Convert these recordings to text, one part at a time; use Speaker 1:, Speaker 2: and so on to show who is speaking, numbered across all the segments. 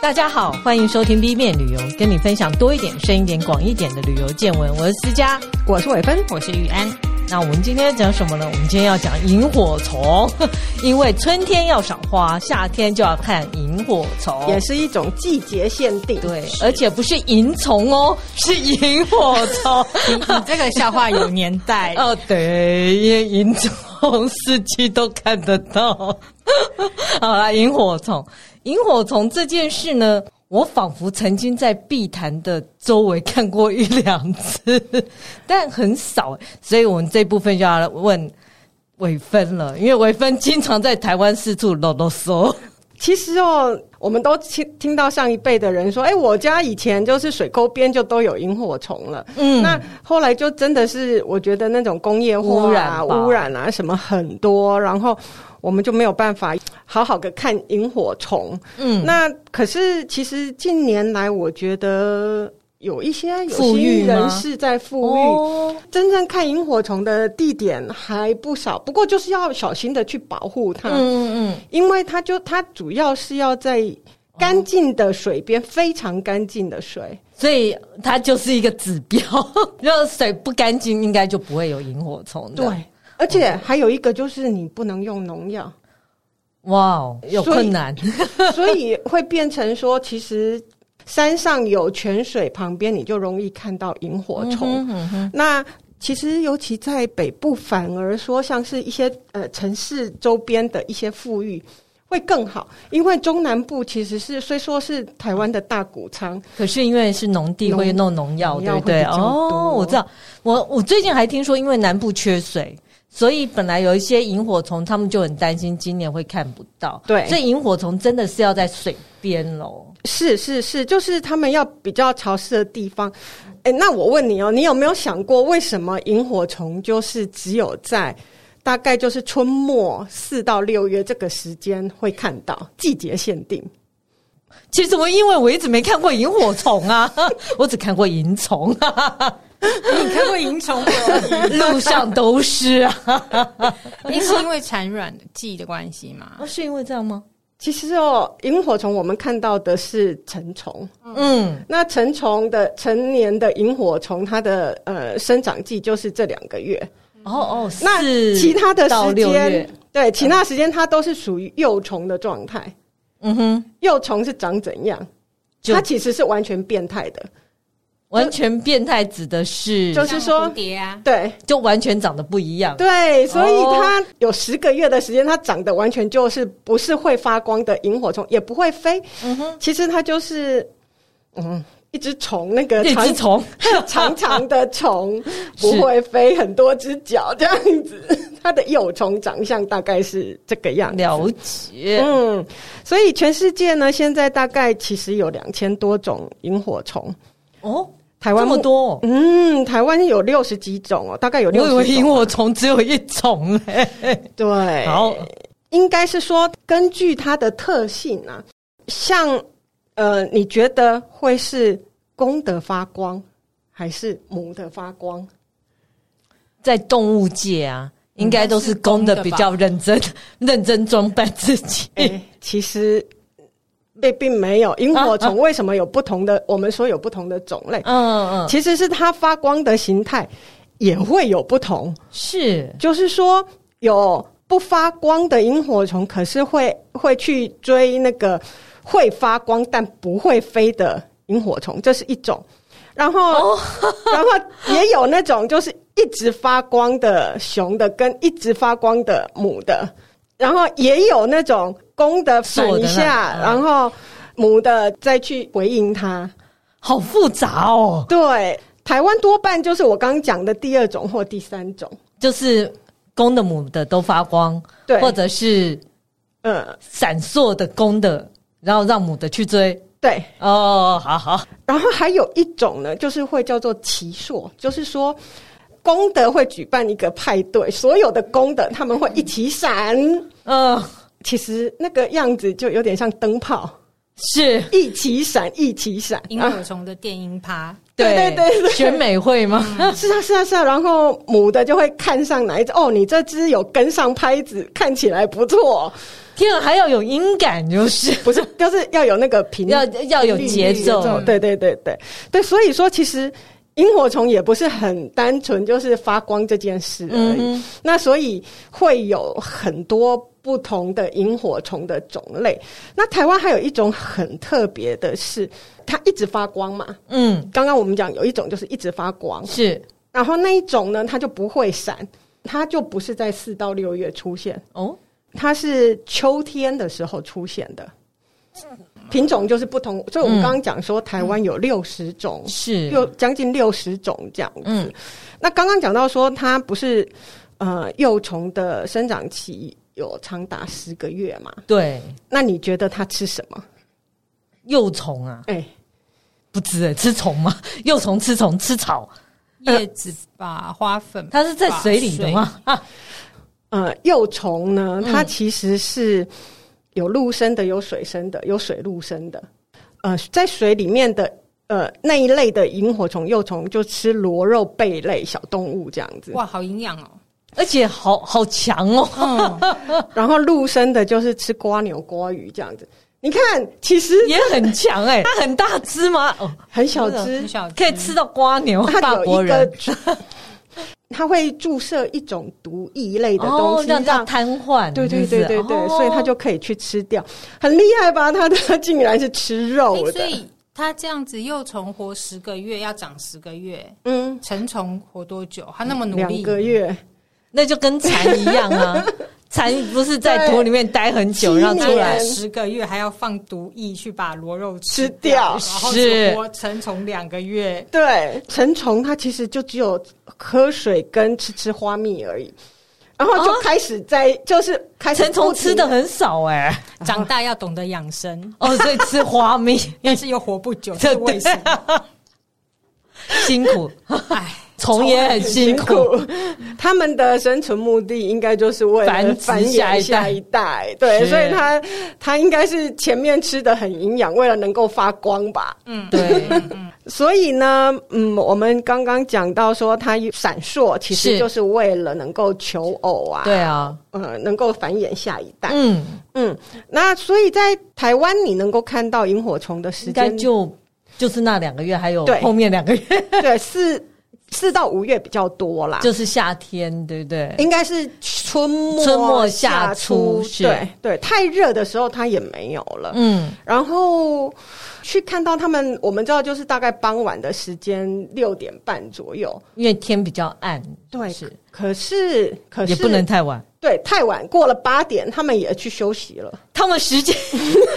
Speaker 1: 大家好，欢迎收听 B 面旅游，跟你分享多一点、深一点、广一点的旅游见闻。我是思佳，
Speaker 2: 我是伟芬，
Speaker 3: 我是玉安。
Speaker 1: 那我们今天讲什么呢？我们今天要讲萤火虫， 因为春天要赏花，夏天就要看萤火虫，
Speaker 2: 也是一种季节限定。
Speaker 1: 哦
Speaker 2: 呃
Speaker 1: 对，而且不是萤虫哦，是萤火虫。
Speaker 3: 你 你这个笑话有年 代
Speaker 1: 哦，对，因为萤虫四季都看得到。 好啦，萤火虫，萤火虫这件事呢，我仿佛曾经在碧潭的周围看过一两次， 但很少，欸所以我们这部分就要问伟芬了，因为伟芬经常在台湾四处啰啰嗦。
Speaker 2: 其实哦，我们都听听到上一辈的人说，哎，我家以前就是水沟边就都有萤火虫了。
Speaker 1: 嗯
Speaker 2: 那后来就真的是，我觉得那种工业
Speaker 1: 污
Speaker 2: 污
Speaker 1: 染
Speaker 2: 染、
Speaker 1: 吧
Speaker 2: 污染啊什么很多，然后我们就没有办法好好的看萤火虫。
Speaker 1: 嗯，
Speaker 2: 那可是其实近年来，我觉得有一些有
Speaker 1: 富裕
Speaker 2: 些
Speaker 1: 吗
Speaker 2: 人士在富裕。
Speaker 1: 哦，
Speaker 2: 真正看萤火虫的地点还不少，不过就是要小心的去保护它。
Speaker 1: 嗯嗯
Speaker 2: 因为它就它主要是要在干净的水边，非常干净的水
Speaker 1: 嗯，。所以它就是一个指标， 要水不干净，应该就不会有萤火虫的。，
Speaker 2: 而且还有一个就是你不能用农药，
Speaker 1: 哇哦，有
Speaker 2: 所以
Speaker 1: 困难。
Speaker 2: 所以会变成说，其实山上有泉水旁边，你就容易看到萤火虫。
Speaker 1: 嗯哼
Speaker 2: 那其实尤其在北部，反而说像是一些呃城市周边的一些富裕。会更好，因为中南部其实是虽说是台湾的大谷仓，
Speaker 1: 可是因为是农地
Speaker 2: 农
Speaker 1: 会弄农药，
Speaker 2: 农
Speaker 1: 对
Speaker 2: 药
Speaker 1: 不
Speaker 2: 会
Speaker 1: 对？
Speaker 2: 比较多
Speaker 1: 哦，我知道。我我最近还听说，因为南部缺水，所以本来有一些萤火虫，他们就很担心今年会看不到。
Speaker 2: 对
Speaker 1: 所以萤火虫真的是要在水边喽。
Speaker 2: 是是是，就是他们要比较潮湿的地方。哎，那我问你哦，你有没有想过，为什么萤火虫就是只有在大概就是春末四到六月这个时间会看到，季节限定？
Speaker 1: 其实我因为我一直没看过萤火虫啊， 我只看过萤虫、 啊，
Speaker 3: 你看过萤虫吗？
Speaker 1: 路上都是啊。
Speaker 3: 你是因为产卵季的关系吗？
Speaker 1: 哦，是因为这样吗？
Speaker 2: 其实哦，萤火虫我们看到的是成虫，
Speaker 1: 嗯，
Speaker 2: 那成虫的成年的萤火虫，它的呃生长季就是这两个月。
Speaker 1: 哦哦，
Speaker 2: 那
Speaker 1: 四
Speaker 2: 其他的
Speaker 1: 到
Speaker 2: 时
Speaker 1: 六
Speaker 2: 间
Speaker 1: 月，，
Speaker 2: 对，其他时间它都是属于幼虫的状态。
Speaker 1: 嗯哼，
Speaker 2: 幼虫是长怎样？
Speaker 1: 就
Speaker 2: 它其实是完全变态的，
Speaker 1: 完全变态指的是
Speaker 2: 就是说
Speaker 3: 像蝴蝶啊，
Speaker 2: 对
Speaker 1: 就完全长得不一样。
Speaker 2: 对，所以
Speaker 1: 哦
Speaker 2: 它有十个月的时间，它长得完全就是不是会发光的萤火虫，也不会飞。
Speaker 1: 嗯哼，
Speaker 2: 其实它就是嗯一只虫，那个
Speaker 1: 一只
Speaker 2: 长
Speaker 1: 虫，
Speaker 2: 长长的虫，
Speaker 1: 是
Speaker 2: 不会飞，很多只脚这样子。 它的幼虫长相大概是这个样子。
Speaker 1: 了解。
Speaker 2: 嗯，所以全世界呢，现在大概其实有两千多种萤火虫，
Speaker 1: 哦，
Speaker 2: 台湾
Speaker 1: 这么
Speaker 2: 目
Speaker 1: 多哦、
Speaker 2: 嗯，台湾有六十几种哦，大概有六
Speaker 1: 我
Speaker 2: 十
Speaker 1: 以
Speaker 2: 种。
Speaker 1: 为萤火虫只有一种嘞、
Speaker 2: 对，
Speaker 1: 好，
Speaker 2: 应该是说根据它的特性啊，像呃，你觉得会是公的发光还是母的发 光？
Speaker 1: 在动物界啊，应该都是
Speaker 3: 应该是公
Speaker 1: 公
Speaker 3: 的
Speaker 1: 的比较认真， 认真装扮自己。
Speaker 2: 哎、其实。并并没有萤火虫为什么有不同的？我们说有不同的种类，
Speaker 1: 嗯嗯，
Speaker 2: 其实是它发光的形态也会有不同。
Speaker 1: 是
Speaker 2: 就是说有不发光的萤火虫，可是会会去追那个会发光但不会飞的萤火虫，这是一种。然
Speaker 1: 哦
Speaker 2: 后，然后也有那种就是一直发光的雄的，跟一直发光的母的。然后也有那种公的闪
Speaker 1: 做的
Speaker 2: 一
Speaker 1: 那
Speaker 2: 下，
Speaker 1: 种嗯
Speaker 2: 然后母的再去回应它。
Speaker 1: 好复杂哦，
Speaker 2: 对，台湾多半就是我刚刚讲的第二种或第三种。
Speaker 1: 就是公的母的都发光，
Speaker 2: 对，
Speaker 1: 或者是
Speaker 2: 嗯，
Speaker 1: 闪烁的公的，然后让母的去追。
Speaker 2: 对。
Speaker 1: 哦，好好，
Speaker 2: 然后还有一种呢，就是会叫做奇硕，就是说公的会举办一个派对，所有的公的他们会一起闪，
Speaker 1: 嗯、
Speaker 2: 其实那个样子就有点像灯泡，
Speaker 1: 是。
Speaker 2: 一起闪，一起闪。啊
Speaker 3: 萤火虫的电音趴，
Speaker 2: 对对对对
Speaker 1: 选美会吗？
Speaker 2: 啊是啊，是啊，是啊，然后母的就会看上哪一只，哦，你这只有跟上拍子，看起来不错，
Speaker 1: 天啊，还要有音感，就是
Speaker 2: 不是，就是要有那个频率
Speaker 1: 要要有节奏。
Speaker 2: 对对对对对，所以说其实萤火虫也不是很单纯，就是发光这件事而已。
Speaker 1: 嗯哼
Speaker 2: 那所以会有很多不同的萤火虫的种类。那台湾还有一种很特别的是，它一直发光嘛。
Speaker 1: 嗯，
Speaker 2: 刚刚我们讲有一种就是一直发光，
Speaker 1: 是
Speaker 2: 然后那一种呢，它就不会闪，它就不是在四到六月出现，
Speaker 1: 哦，
Speaker 2: 它是秋天的时候出现的。品种就是不同，所以我们
Speaker 1: 嗯
Speaker 2: 刚刚讲说台湾有六十种，
Speaker 1: 是
Speaker 2: 六将近六十种这样子。
Speaker 1: 嗯
Speaker 2: 那刚刚讲到说，它不是呃幼虫的生长期有长达十个月嘛？
Speaker 1: 对
Speaker 2: 那你觉得它吃什么？
Speaker 1: 幼虫啊，
Speaker 2: 哎、
Speaker 1: 不知哎，吃虫吗？ 幼虫吃虫吃草，
Speaker 3: 叶子吧，花粉吧，
Speaker 1: 它是在水里的吗？啊，
Speaker 2: 呃，幼虫呢，
Speaker 1: 嗯
Speaker 2: 它其实是有陆生的，有水生的，有水陆生的。呃，在水里面的呃那一类的萤火虫幼虫，就吃螺肉贝类小动物这样子
Speaker 3: 水？。哇，好营养哦。
Speaker 1: 而且好好强 哦，
Speaker 3: 嗯，
Speaker 2: 然后陆生的就是吃瓜牛瓜鱼这样子。你看，其实
Speaker 1: 也很强哎，它很大只吗？哦，
Speaker 2: 很小
Speaker 1: 真的
Speaker 2: 只
Speaker 3: 很，小只，
Speaker 1: 可以吃到瓜牛，
Speaker 2: 它
Speaker 1: 法
Speaker 2: 有
Speaker 1: 国
Speaker 2: 一个
Speaker 1: 人。
Speaker 2: 注， 它会注射一种毒液类的东
Speaker 1: 哦
Speaker 2: 西，，
Speaker 1: 让它瘫痪，
Speaker 2: 对
Speaker 1: 是
Speaker 2: 对
Speaker 1: 不
Speaker 2: 对
Speaker 1: 是
Speaker 2: 对对，
Speaker 1: 哦
Speaker 2: 所以它就可以去吃掉，很厉害吧？它它竟然是吃肉
Speaker 3: 诶
Speaker 2: 的
Speaker 3: 所，以它这样子幼虫活十个月，要长十个月，
Speaker 2: 嗯，
Speaker 3: 成虫活多久？它那么努
Speaker 2: 两
Speaker 3: 力，
Speaker 2: 个月，
Speaker 1: 那就跟蚕一样 啊，蚕不是在土里面待很久，
Speaker 2: 对
Speaker 1: 让出
Speaker 2: 七
Speaker 1: 来
Speaker 2: 年
Speaker 3: 十个月还要放毒液去把螺肉
Speaker 2: 吃掉
Speaker 3: 掉，然后
Speaker 1: 是
Speaker 3: 只活成虫两个月。
Speaker 2: 对，成虫它其实就只有喝水跟吃吃花蜜而已。然后就
Speaker 1: 哦
Speaker 2: 开始在，就是开始
Speaker 1: 成虫吃的
Speaker 2: 不停
Speaker 1: 很少哎、
Speaker 3: 长大要懂得养生，
Speaker 1: 哦，所以吃花蜜
Speaker 3: 但是又活不久，这是为什么？
Speaker 1: 辛苦，
Speaker 3: 哎，
Speaker 1: 虫也很辛苦，
Speaker 2: 他们的生存目的应该就是为了
Speaker 1: 繁殖
Speaker 2: 繁
Speaker 1: 下
Speaker 2: 衍
Speaker 1: 一代
Speaker 2: 下一代，对，
Speaker 1: 是
Speaker 2: 所以它它应该是前面吃的很营养，为了能够发光吧。
Speaker 3: 嗯，
Speaker 1: 对
Speaker 3: 嗯嗯
Speaker 2: 所以呢，嗯，我们刚刚讲到说它闪烁，其实
Speaker 1: 是
Speaker 2: 就是为了能够求偶啊，
Speaker 1: 对，啊，
Speaker 2: 呃，能够繁衍下一代。
Speaker 1: 嗯，
Speaker 2: 嗯，那所以在台湾你能够看到萤火虫的时
Speaker 1: 应该
Speaker 2: 间，
Speaker 1: 就就是那两个月，还有
Speaker 2: 对
Speaker 1: 后面两个月
Speaker 2: 对四四到五月比较多啦，
Speaker 1: 就是夏天，对不对？
Speaker 2: 应该是春末
Speaker 1: 春末夏
Speaker 2: 夏
Speaker 1: 初是
Speaker 2: 对对，太热的时候它也没有了。
Speaker 1: 嗯，
Speaker 2: 然后去看到他们，我们知道就是大概傍晚的时间六点半左右。
Speaker 1: 因为天比较暗，
Speaker 2: 对，
Speaker 1: 是
Speaker 2: 可是可是
Speaker 1: 也不能太晚。
Speaker 2: 对太晚过了八点，他们也去休息了。
Speaker 1: 他们时间，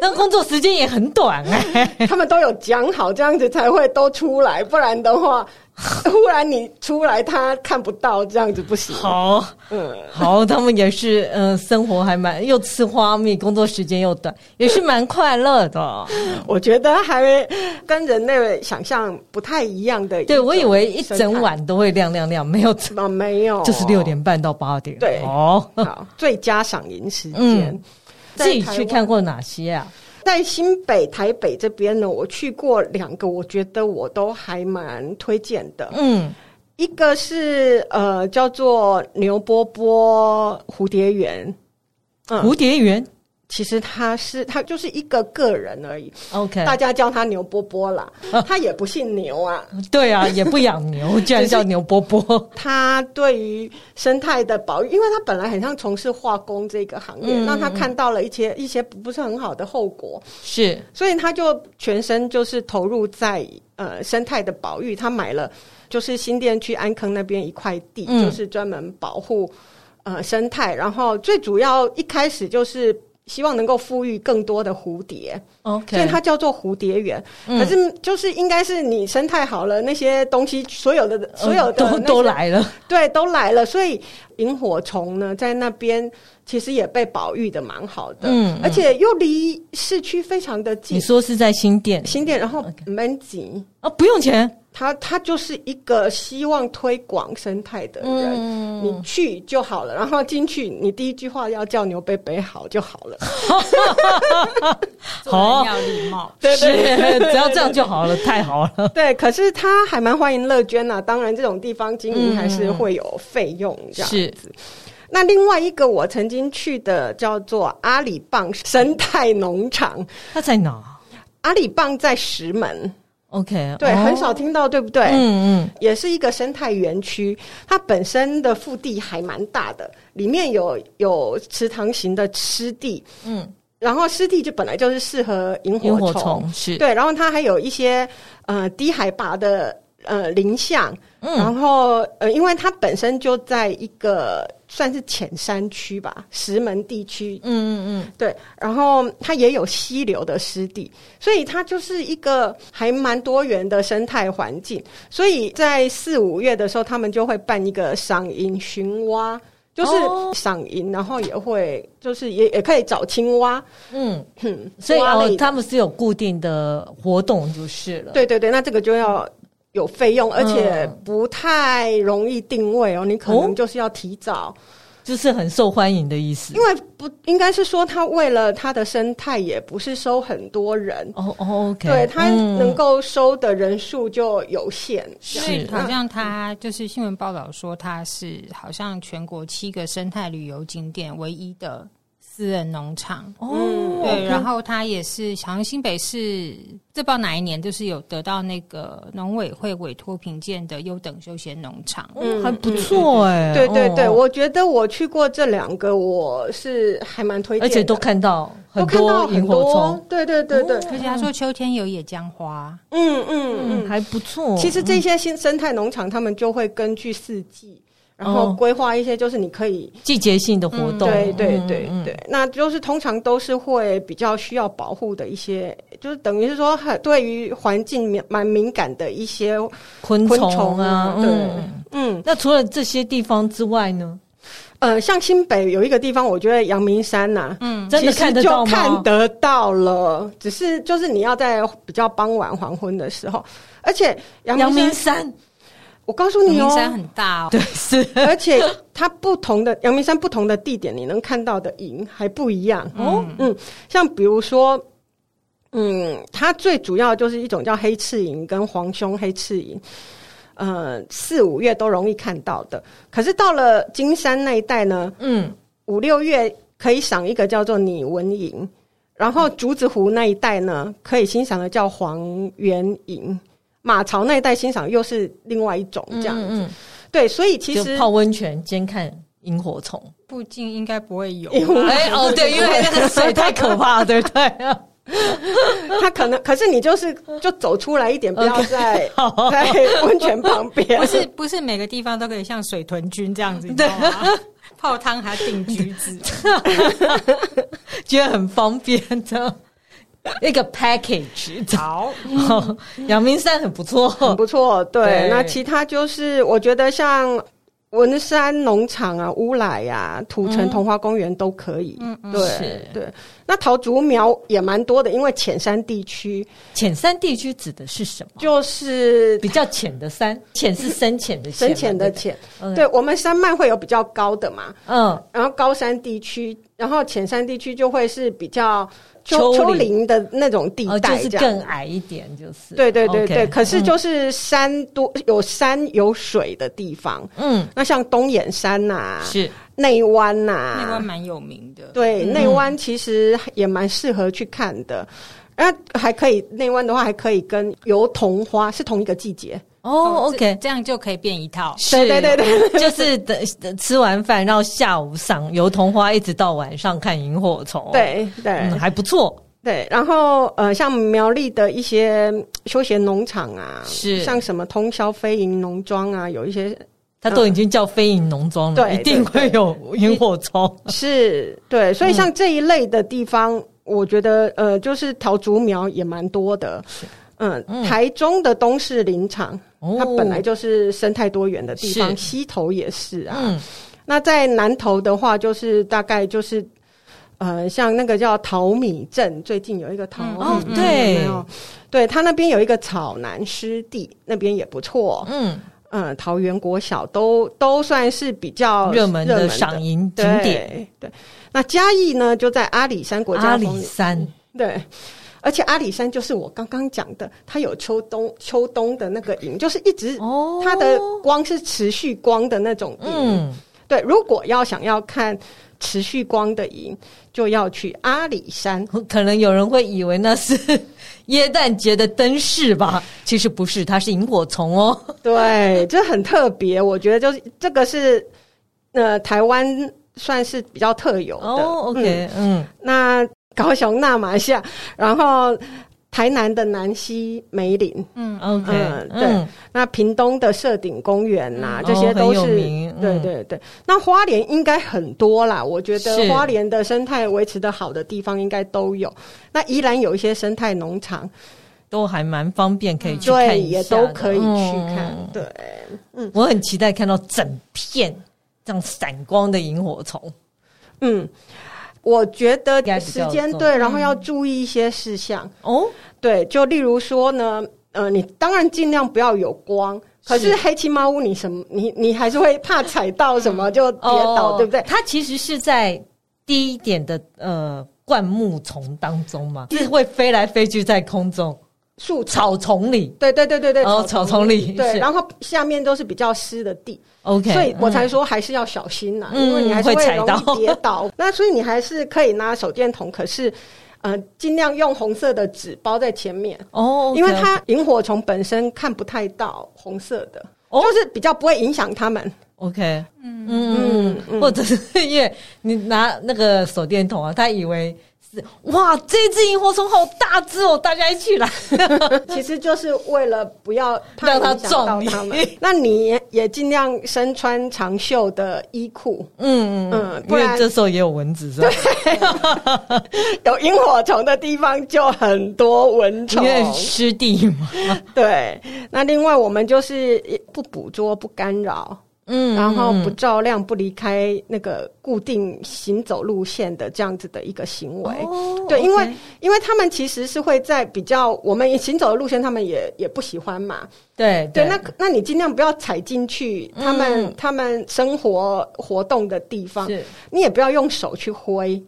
Speaker 1: 那工作时间也很短哎、
Speaker 2: 他们都有讲好，这样子才会都出来，不然的 话，忽然你出来他看不到，这样子不行。
Speaker 1: 好，
Speaker 2: 嗯，
Speaker 1: 好，他们也是，嗯、生活还蛮又吃花蜜，工作时间又短，也是蛮快乐的。
Speaker 2: 我觉得还跟人类想象不太一样的。
Speaker 1: 对我以为一整。晚都会亮亮亮，没有，
Speaker 2: 啊，没有，
Speaker 1: 就是六点半到八点。
Speaker 2: 对
Speaker 1: 哦，
Speaker 2: 好，最佳赏银时间。
Speaker 1: 嗯
Speaker 2: 在
Speaker 1: 自己
Speaker 2: 台湾
Speaker 1: 去看过哪些啊？
Speaker 2: 在新北、台北这边呢，我去过两个，我觉得我都还蛮推荐的。
Speaker 1: 嗯，
Speaker 2: 一个是呃，叫做牛波波蝴蝶园，嗯
Speaker 1: 蝴蝶园。
Speaker 2: 其实他是他就是一个个人而已，
Speaker 1: OK，
Speaker 2: 大家叫他牛波波 啦，他也不姓牛啊。
Speaker 1: 对啊，也不养 牛，居然叫牛波波。
Speaker 2: 他对于生态的保育，因为他本来很像从事化工这个行业，
Speaker 1: 嗯
Speaker 2: 让他看到了一些一些不是很好的后果，
Speaker 1: 是，
Speaker 2: 所以他就全身就是投入在呃生态的保育，他买了就是新店区安坑那边一块地，
Speaker 1: 嗯
Speaker 2: 就是专门保护呃生态，然后最主要一开始就是。希望能够富裕更多的蝴蝶，
Speaker 1: OK，
Speaker 2: 所以它叫做蝴蝶园。
Speaker 1: 嗯
Speaker 2: 可是就是应该是你生态好了，那些东西所有的所有的
Speaker 1: 嗯都
Speaker 2: 那些
Speaker 1: 都来了。
Speaker 2: 对，都来了，所以萤火虫呢，在那边其实也被保育的蛮好的，
Speaker 1: 嗯嗯
Speaker 2: 而且又离市区非常的
Speaker 1: 你
Speaker 2: 近。
Speaker 1: 说是在新店
Speaker 2: 新店，然后蛮近，
Speaker 1: 啊？不用钱
Speaker 2: 他他就是一个希望推广生态的
Speaker 1: 嗯
Speaker 2: 人，你去就好了。然后进去，你第一句话要叫牛贝贝好就好了。
Speaker 3: 做人要礼貌。
Speaker 2: 对
Speaker 1: 是，只要这样就好了，太好了。
Speaker 2: 对，可是他还蛮欢迎乐捐呐、当然，这种地方经营还是会有费用这样。
Speaker 1: 嗯是，
Speaker 2: 那另外一个我曾经去的叫做阿里棒生态农场，
Speaker 1: 他在哪
Speaker 2: 阿里棒在石门，
Speaker 1: ？OK，
Speaker 2: 对，
Speaker 1: 哦
Speaker 2: 很少听到，对不对？
Speaker 1: 嗯嗯，
Speaker 2: 也是一个生态园区，它本身的腹地还蛮大的，里面有有池塘型的湿地，
Speaker 1: 嗯，
Speaker 2: 然后湿地就本来就是适合萤
Speaker 1: 萤火
Speaker 2: 火虫，
Speaker 1: 虫是，
Speaker 2: 对，然后它还有一些呃低海拔的呃林相，
Speaker 1: 嗯，
Speaker 2: 然后呃，因为它本身就在一个算是浅山区吧，石门地区
Speaker 1: 嗯嗯
Speaker 2: 对，然后它也有溪流的湿地，所以它就是一个还蛮多元的生态环境。所以在四五月的时候，他们就会办一个赏萤寻蛙，就是
Speaker 1: 哦
Speaker 2: 赏萤，然后也会就是也也可以找青蛙，
Speaker 1: 嗯
Speaker 2: 哼
Speaker 1: 嗯，所以
Speaker 2: 蛙
Speaker 1: 哦
Speaker 2: 类，
Speaker 1: 他们是有固定的活动就是了。
Speaker 2: 对对对，那这个就要。有费用，而且不太容易定位哦。你可
Speaker 1: 嗯哦
Speaker 2: 能就是要提早，
Speaker 1: 就是很受欢迎的意思
Speaker 2: 因。为不应该是说它为了它的生态，也不是收很多人，
Speaker 1: 哦哦，OK，
Speaker 2: 对它
Speaker 1: 嗯
Speaker 2: 能够收的人数就有限。
Speaker 1: 嗯是
Speaker 3: 因为好像它就是新闻报道说，它是好像全国七个生态旅游景点唯一的私人农场。
Speaker 1: 哦，
Speaker 3: 对，
Speaker 1: OK
Speaker 3: 然后它也是好像新北市，这不知道哪一年，就是有得到那个农委会委托评鉴的优等休闲农场。
Speaker 1: 嗯
Speaker 2: 嗯
Speaker 1: 还不错哎，
Speaker 2: 对对对，
Speaker 1: 哦
Speaker 2: 我觉得我去过这两个，我是还蛮推
Speaker 1: 而
Speaker 2: 荐的，
Speaker 1: 且都看到
Speaker 2: 都
Speaker 1: 很
Speaker 2: 看到
Speaker 1: 多萤
Speaker 2: 很
Speaker 1: 火
Speaker 2: 多
Speaker 1: 虫，，哦
Speaker 2: 对对对对，
Speaker 3: 而且他说秋天有野姜花，
Speaker 2: 嗯嗯
Speaker 1: 嗯，
Speaker 2: 嗯。
Speaker 1: 还不错。
Speaker 2: 其实这些新生态农场，他们就会根据四季，然后
Speaker 1: 哦
Speaker 2: 规划一些就是你可以，
Speaker 1: 季节性的活动，
Speaker 2: 对对
Speaker 1: 嗯
Speaker 2: 对
Speaker 1: 嗯
Speaker 2: 对，那就是通常都是会比较需要保护的一些，就是等于是说很对于环境敏蛮敏感的一些，
Speaker 1: 昆
Speaker 2: 昆
Speaker 1: 虫
Speaker 2: 虫
Speaker 1: 啊
Speaker 2: 啊，
Speaker 1: 嗯。
Speaker 2: 嗯
Speaker 1: 那除了这些地方之外呢？
Speaker 2: 呃，像新北有一个地方，我觉得阳明山呐、
Speaker 3: 嗯，
Speaker 1: 真的
Speaker 2: 其实
Speaker 1: 看得到
Speaker 2: 就
Speaker 1: 吗？
Speaker 2: 看得到了，只是就是你要在比较傍晚黄昏的时候，而且阳
Speaker 1: 阳
Speaker 2: 明
Speaker 1: 明
Speaker 2: 山，
Speaker 1: 山，
Speaker 2: 我告诉
Speaker 3: 阳
Speaker 2: 你
Speaker 3: 明
Speaker 2: 哦，
Speaker 3: 山很大哦。
Speaker 1: 对，是
Speaker 2: 而且它不同的阳明山不同的地点，你能看到的营还不一样。
Speaker 1: 哦，
Speaker 2: 嗯，像比如说，嗯，它最主要就是一种叫黑翅蝇跟黄胸黑翅蝇，呃，四五月都容易看到的。可是到了金山那一带呢，
Speaker 1: 嗯，
Speaker 2: 五六月可以赏一个叫做拟纹萤，然后竹子湖那一带呢，可以欣赏的叫黄缘萤。马槽那一带欣赏又是另外一种这样子，
Speaker 1: 嗯嗯
Speaker 2: 对，所以其
Speaker 1: 就
Speaker 2: 实
Speaker 1: 泡温泉兼看萤火虫。
Speaker 3: 附近应该不 会有啊
Speaker 2: 因为
Speaker 1: 哎哦，对，因为那个水太可怕 了，对不对？
Speaker 2: 它可能，可是你就是就走出来一点，不要
Speaker 1: OK，
Speaker 2: 在
Speaker 1: 好
Speaker 2: 在温泉旁 边
Speaker 3: 不，是不是每个地方都可以像水豚菌这样子，你知道吗？ 泡汤还订橘子，
Speaker 1: 觉得很方便的一个 package。
Speaker 3: 好，
Speaker 1: 好， 阳明山很不错，
Speaker 2: 很不错。对
Speaker 1: 对，
Speaker 2: 那其他就是我觉得像文山农场啊、乌来呀、土城童话公园都可以。
Speaker 3: 嗯嗯
Speaker 2: 对
Speaker 1: 是
Speaker 2: 对，那桃竹苗也蛮多的，因为浅山地区
Speaker 1: 浅山地区指的是什么？
Speaker 2: 就是
Speaker 1: 比较浅的山，浅是深浅的浅嘛，
Speaker 2: 深浅的
Speaker 1: 对
Speaker 2: 浅。
Speaker 1: 不对，
Speaker 2: 对我们山脉会有比较高的嘛，
Speaker 1: 嗯，
Speaker 2: 然后高山地区，然后浅山地区就会是比较
Speaker 1: 丘陵
Speaker 2: 丘丘陵的那种地
Speaker 1: 哦，就
Speaker 2: 带，
Speaker 1: 是
Speaker 2: 这样。
Speaker 1: 更矮一点，就是
Speaker 2: 对对对对
Speaker 1: OK，嗯
Speaker 2: 可是就是山多有山有水的地方，
Speaker 1: 嗯
Speaker 2: 那像东眼山呐、
Speaker 1: 嗯是
Speaker 2: 内湾呐、
Speaker 3: 那关蛮有名的。
Speaker 2: 对，
Speaker 1: 嗯
Speaker 2: 内湾其实也蛮适合去看的。那还可以，内湾的话还可以跟油桐花是同一个季节，
Speaker 1: 哦
Speaker 3: 这
Speaker 1: ，OK，
Speaker 3: 这样就可以变一套。
Speaker 1: 是
Speaker 2: 对对对对，
Speaker 1: 就是等等吃完饭，然后下午赏油桐花，一直到晚上看萤火虫。，
Speaker 2: 对对、
Speaker 1: 嗯，还不错。
Speaker 2: 对。然后呃，像苗栗的一些嗯休闲农场啊，
Speaker 1: 是
Speaker 2: 像什么通宵飞营农庄啊，有一些
Speaker 1: 它都已经叫飞影农庄了，
Speaker 2: 对
Speaker 1: 一定会有萤火虫。
Speaker 2: 是对，所以像这一类的地方，
Speaker 1: 嗯
Speaker 2: 我觉得呃，就是桃竹苗也蛮多的。嗯，台中的东势林场，
Speaker 1: 哦
Speaker 2: 它本来就是生态多元的地方，
Speaker 1: 是
Speaker 2: 溪头也是啊。
Speaker 1: 嗯，
Speaker 2: 那在南投的话，就是大概就是。呃，像那个叫淘米镇，最近有一个淘米
Speaker 1: 哦
Speaker 2: 镇，
Speaker 1: 对
Speaker 2: 有没有对它那边有一个草南湿地，那边也不错。
Speaker 1: 嗯，
Speaker 2: 嗯，桃园国小都都算是比较
Speaker 1: 热门
Speaker 2: 哦热
Speaker 1: 的
Speaker 2: 门
Speaker 1: 赏
Speaker 2: 的
Speaker 1: 银景点，
Speaker 2: 对。对，那嘉义呢，就在阿里山国
Speaker 1: 阿
Speaker 2: 家
Speaker 1: 里
Speaker 2: 风景
Speaker 1: 山。
Speaker 2: 对，而且阿里山就是我刚刚讲的，它有秋冬秋冬的那个营，就是一直
Speaker 1: 哦，
Speaker 2: 它的光是持续光的那种营。
Speaker 1: 嗯，
Speaker 2: 对，如果要想要看持续光的营，就要去阿里 山。
Speaker 1: 可能有人会以为那 是耶诞节的灯饰吧，其实不是，它是萤火虫哦。
Speaker 2: 对，这很特别，我觉得就是这个是呃台湾算是比较特有的。
Speaker 1: 哦
Speaker 2: 嗯
Speaker 1: ，OK，嗯，
Speaker 2: 那高雄那马下，然后台南的南溪梅林，
Speaker 3: 嗯
Speaker 1: OK，
Speaker 2: 嗯对
Speaker 1: 嗯，
Speaker 2: 那屏东的社顶公园呐、
Speaker 1: 嗯
Speaker 2: 这些都
Speaker 1: 哦很
Speaker 2: 是
Speaker 1: 有、名
Speaker 2: 对
Speaker 1: 嗯
Speaker 2: 对对。那花莲应该很多啦，我觉得
Speaker 1: 是
Speaker 2: 花莲的生态维持的好的地方应该都有。那宜兰有一些生态农场，
Speaker 1: 都还蛮方便，可以去看
Speaker 2: 对，
Speaker 1: 一下
Speaker 2: 也
Speaker 1: 的
Speaker 2: 都可以去看。
Speaker 1: 嗯
Speaker 2: 对，
Speaker 1: 我很期待看到整片这样闪光的萤火虫。
Speaker 2: 嗯，我觉得
Speaker 1: 该比
Speaker 2: 时
Speaker 1: 较
Speaker 2: 间
Speaker 1: 重嗯
Speaker 2: 对，然后要注意一些事项。
Speaker 1: 哦，
Speaker 2: 对，就例如说呢，呃，你当然尽量不要有光，可是
Speaker 1: 是
Speaker 2: 黑漆麻屋你什么，你你还是会怕踩到什么就跌倒，
Speaker 1: 哦
Speaker 2: 对不对？
Speaker 1: 它其实是在低一点的呃灌木丛当中嘛，是会飞来飞去在空中
Speaker 2: 树丛，
Speaker 1: 草丛里。
Speaker 2: 对对对对对，
Speaker 1: 哦，草丛里
Speaker 2: 对，
Speaker 1: 是
Speaker 2: 然后下面都是比较湿的地，
Speaker 1: OK，
Speaker 2: 所以我才
Speaker 1: 嗯
Speaker 2: 说还是要小心呐、
Speaker 1: 嗯
Speaker 2: 因为你还是
Speaker 1: 会踩
Speaker 2: 容
Speaker 1: 到
Speaker 2: 易跌 倒。那所以你还是可以拿手电筒，可是呃，尽量用红色的纸包在前面。
Speaker 1: 哦，OK，
Speaker 2: 因为它萤火虫本身看不太到红色的，
Speaker 1: 哦
Speaker 2: 就是比较不会影响它们。
Speaker 1: OK，嗯
Speaker 3: 嗯
Speaker 1: 嗯嗯，或者是因为你拿那个手电筒啊，他以为是哇，这只萤火虫好大只哦，大家一起来。
Speaker 2: 其实就是为了不要怕
Speaker 1: 让它
Speaker 2: 影响到
Speaker 1: 撞你
Speaker 2: 它们。那你也也尽量身穿长袖的衣裤，
Speaker 1: 嗯
Speaker 2: 嗯
Speaker 1: 因
Speaker 2: 不
Speaker 1: 为
Speaker 2: 然
Speaker 1: 这时候也有蚊子是吧？
Speaker 2: 有萤火虫的地方就很多蚊
Speaker 1: 因
Speaker 2: 虫。
Speaker 1: 为湿地 嘛。
Speaker 2: 对，那另外我们就是不捕捉、不干扰，
Speaker 1: 嗯
Speaker 2: 然后不
Speaker 1: 嗯
Speaker 2: 照亮、不离开那个固定行走路线的这样子的一个行为。
Speaker 1: 哦
Speaker 2: 对，因为
Speaker 1: OK
Speaker 2: 因为他们其实是会在比较我们行走的路线，他们也也不喜欢嘛。
Speaker 1: 对嗯
Speaker 2: 对，那那你尽量不要踩进去他们、他们生活活动的地方，
Speaker 1: 是
Speaker 2: 你也不要用手去挥。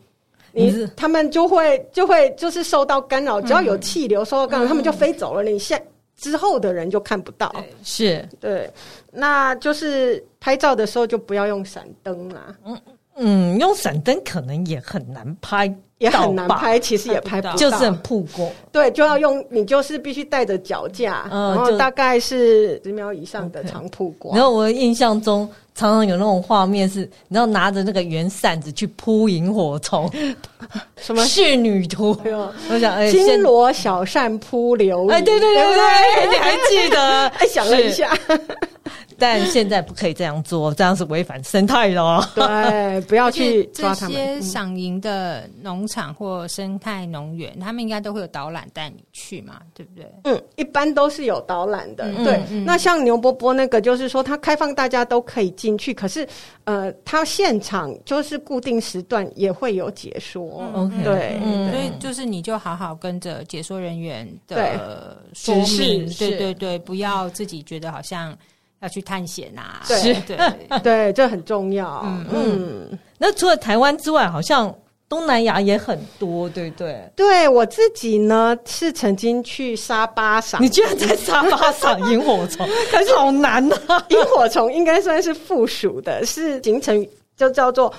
Speaker 1: 你
Speaker 2: 你
Speaker 1: 是嗯
Speaker 2: 他们就会就会就是受到干扰，只要有气流受到干扰，他们就飞走了。你现之后的人就看不到。
Speaker 1: 是
Speaker 2: 对，那就是拍照的时候就不要用闪灯啊啦，
Speaker 1: 嗯，用闪灯可能也很难拍，
Speaker 2: 也很难，拍，其实也
Speaker 3: 拍
Speaker 2: 拍
Speaker 3: 不
Speaker 2: 不
Speaker 1: 就
Speaker 2: 到。
Speaker 3: 到
Speaker 1: 是很曝光。
Speaker 2: 对，就要用你就是必须带着脚架，
Speaker 1: 嗯
Speaker 2: 然
Speaker 1: 就
Speaker 2: 后大概是十秒以上的
Speaker 1: OK
Speaker 2: 长曝光。
Speaker 1: 然后我印象中常常有那种画面是，你知道拿着那个圆扇子去扑萤火虫，
Speaker 2: 什么
Speaker 1: 仕女图？
Speaker 2: 哎呦
Speaker 1: 我想，哎，现
Speaker 2: 金罗小扇扑流
Speaker 1: 哎，
Speaker 2: 萤
Speaker 1: 对对对
Speaker 2: 不
Speaker 1: 对 对，你还记得？
Speaker 2: 哎，想了一下，
Speaker 1: 是，但现在不可以这样做，这样是违反生态的哦。
Speaker 2: 对，不要
Speaker 3: 而且
Speaker 2: 去
Speaker 3: 这
Speaker 2: 抓他
Speaker 3: 些
Speaker 2: 们。嗯
Speaker 3: 赏银的农场或生态农园，他们应该都会有导览带你去嘛，对不对？
Speaker 2: 嗯，一般都是有导览的，
Speaker 3: 嗯
Speaker 2: 对。
Speaker 3: 嗯
Speaker 2: 那像牛伯伯那个，就是说他开放大家都可以进去，可是呃，他现场就是固定时段也会有解说，
Speaker 1: OK，
Speaker 2: 对
Speaker 1: 嗯
Speaker 3: 所以就是你就好好跟着解说人员的
Speaker 2: 对
Speaker 3: 说明
Speaker 1: 指，示
Speaker 3: 对
Speaker 1: 是
Speaker 3: 对对，不要自己觉得好像要去探险啊，
Speaker 2: 对
Speaker 3: 对，
Speaker 2: 对，这很重要。
Speaker 3: 嗯
Speaker 2: 嗯
Speaker 1: 那除了台湾之外，好像东南亚也很多，对不对？
Speaker 2: 对我自己呢是曾经去沙巴赏
Speaker 1: 你居然在沙发上萤火 虫，可是好难呐、
Speaker 2: 萤火虫应该算是附属的，是行程就叫做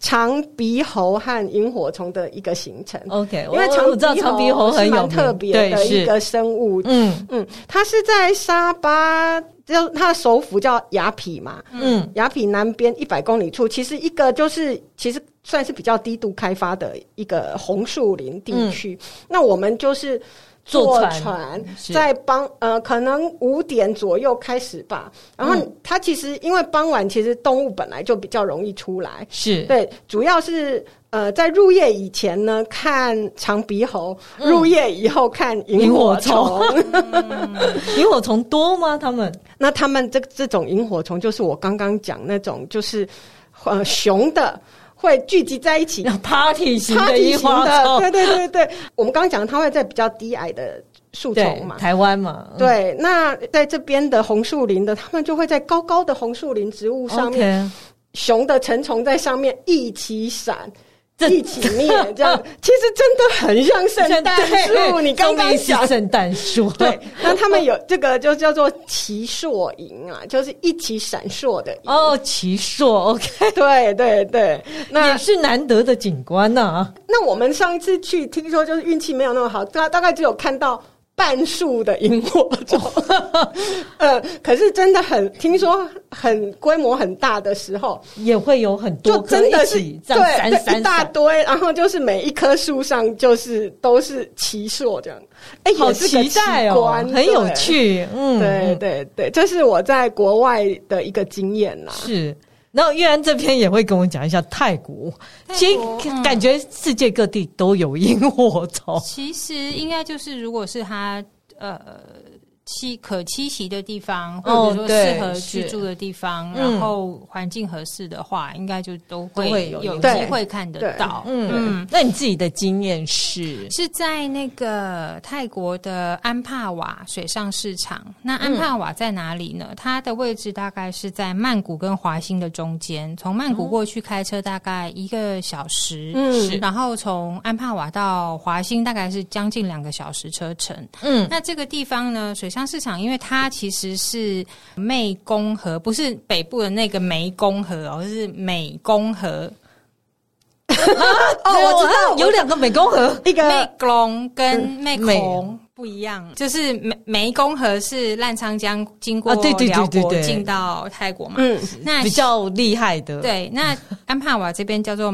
Speaker 2: 长鼻猴和萤火虫的一个行程。
Speaker 1: OK，
Speaker 2: 因为
Speaker 1: 哦我
Speaker 2: 长
Speaker 1: 我知道长鼻
Speaker 2: 猴
Speaker 1: 猴
Speaker 2: 是
Speaker 1: 很有
Speaker 2: 蛮
Speaker 1: 名
Speaker 2: 特别的
Speaker 1: 对
Speaker 2: 一
Speaker 1: 是
Speaker 2: 个生物，
Speaker 1: 嗯
Speaker 2: 嗯，它是在沙巴，就它的首府叫雅痞嘛，
Speaker 1: 嗯
Speaker 2: 雅痞南边一百公里处，其实一个就是其实算是比较低度开发的一个红树林地区。那我们就是
Speaker 1: 坐
Speaker 2: 嗯坐
Speaker 1: 船
Speaker 2: 船，
Speaker 1: 是
Speaker 2: 在傍呃可能五点左右开始吧。然后它其实因为傍晚其实动物本来就比较容易出来，
Speaker 1: 是
Speaker 2: 对，主要是。呃，在入夜以前呢，看长鼻猴；入夜以后看
Speaker 1: 萤
Speaker 2: 嗯萤
Speaker 1: 火
Speaker 2: 火虫。
Speaker 1: 萤火虫多吗？他们
Speaker 2: 那他们这这种萤火虫，就是我刚刚讲那种，就是呃雄的会聚集在一起
Speaker 1: party 型的
Speaker 2: party
Speaker 1: 萤
Speaker 2: 型
Speaker 1: 火
Speaker 2: 的，
Speaker 1: 虫
Speaker 2: 对对对对。我们刚刚讲，它会在比较低矮的树
Speaker 1: 对
Speaker 2: 丛嘛，
Speaker 1: 台湾嘛，嗯
Speaker 2: 对，那在这边的红树林的，他们就会在高高的红树林植物上面
Speaker 1: OK
Speaker 2: 熊的成虫在上面一起闪。
Speaker 1: 这
Speaker 2: 一起灭，这样其实真的很像圣诞 树。
Speaker 1: 对哎
Speaker 2: 你刚
Speaker 1: 终
Speaker 2: 刚
Speaker 1: 于是
Speaker 2: 讲
Speaker 1: 圣诞树，
Speaker 2: 对，那他们有这个就叫做奇硕营啊， 就是一起闪烁的 营。
Speaker 1: 哦，奇硕，OK，
Speaker 2: 对对对，那
Speaker 1: 也是难得的景观呐、啊。
Speaker 2: 那我们上一次去，听说就是运气没有那么好，大大概只有看到半数的萤火虫。 呃，可是真的很听说很规模很大的时候，
Speaker 1: 也会有很多
Speaker 2: 就
Speaker 1: 颗
Speaker 2: 真的
Speaker 1: 一
Speaker 2: 是
Speaker 1: 起这样
Speaker 2: 对
Speaker 1: 闪
Speaker 2: 对一
Speaker 1: 闪
Speaker 2: 大
Speaker 1: 闪，
Speaker 2: 堆，然后就是每一棵树上就是都是奇硕这样，哎、
Speaker 1: 好
Speaker 2: 也是个
Speaker 1: 期待
Speaker 2: 奇
Speaker 1: 哦，
Speaker 2: 观
Speaker 1: 很有。趣，嗯，
Speaker 2: 对对对对，这是我在国外的一个经验啦。
Speaker 1: 是。然后玉安这边也会跟我讲一下泰国，
Speaker 3: 泰
Speaker 1: 其
Speaker 3: 国
Speaker 1: 实
Speaker 3: 嗯
Speaker 1: 感觉世界各地都有萤火虫，
Speaker 3: 其实应该就是，如果是它呃栖可栖息的地方，
Speaker 1: 哦
Speaker 3: 或者说适合
Speaker 1: 对
Speaker 3: 居住的地方，
Speaker 1: 是嗯
Speaker 3: 然后环境合适的话，应该就都
Speaker 1: 都
Speaker 3: 会
Speaker 1: 会有
Speaker 3: 有
Speaker 1: 影
Speaker 3: 机
Speaker 2: 响
Speaker 3: 会看得到。
Speaker 1: 嗯，那你自己的经验是？
Speaker 3: 是在那个泰国的安帕瓦水上市场。那安帕瓦在哪里
Speaker 1: 嗯
Speaker 3: 呢？它的位置大概是在曼谷跟华兴的中间，从曼谷过去开车大概一个小时，
Speaker 2: 嗯
Speaker 1: 是
Speaker 3: 然后从安帕瓦到华兴大概是将近两个小时车程。
Speaker 1: 嗯，
Speaker 3: 那这个地方呢，水上市场，因为它其实是湄公河，不是北部的那个湄公河哦，是湄公河，
Speaker 2: 哦，我知道，
Speaker 1: 有两个美工盒，
Speaker 2: 一个
Speaker 3: 湄公跟湄
Speaker 1: 美
Speaker 3: 公不一样，就是湄湄公河是澜沧江经过
Speaker 1: 啊对对对
Speaker 3: 辽
Speaker 1: 对
Speaker 3: 国
Speaker 1: 对
Speaker 3: 进到泰国嘛，
Speaker 2: 嗯，
Speaker 3: 那
Speaker 1: 比较厉害的，，
Speaker 3: 对，那安帕瓦这边叫做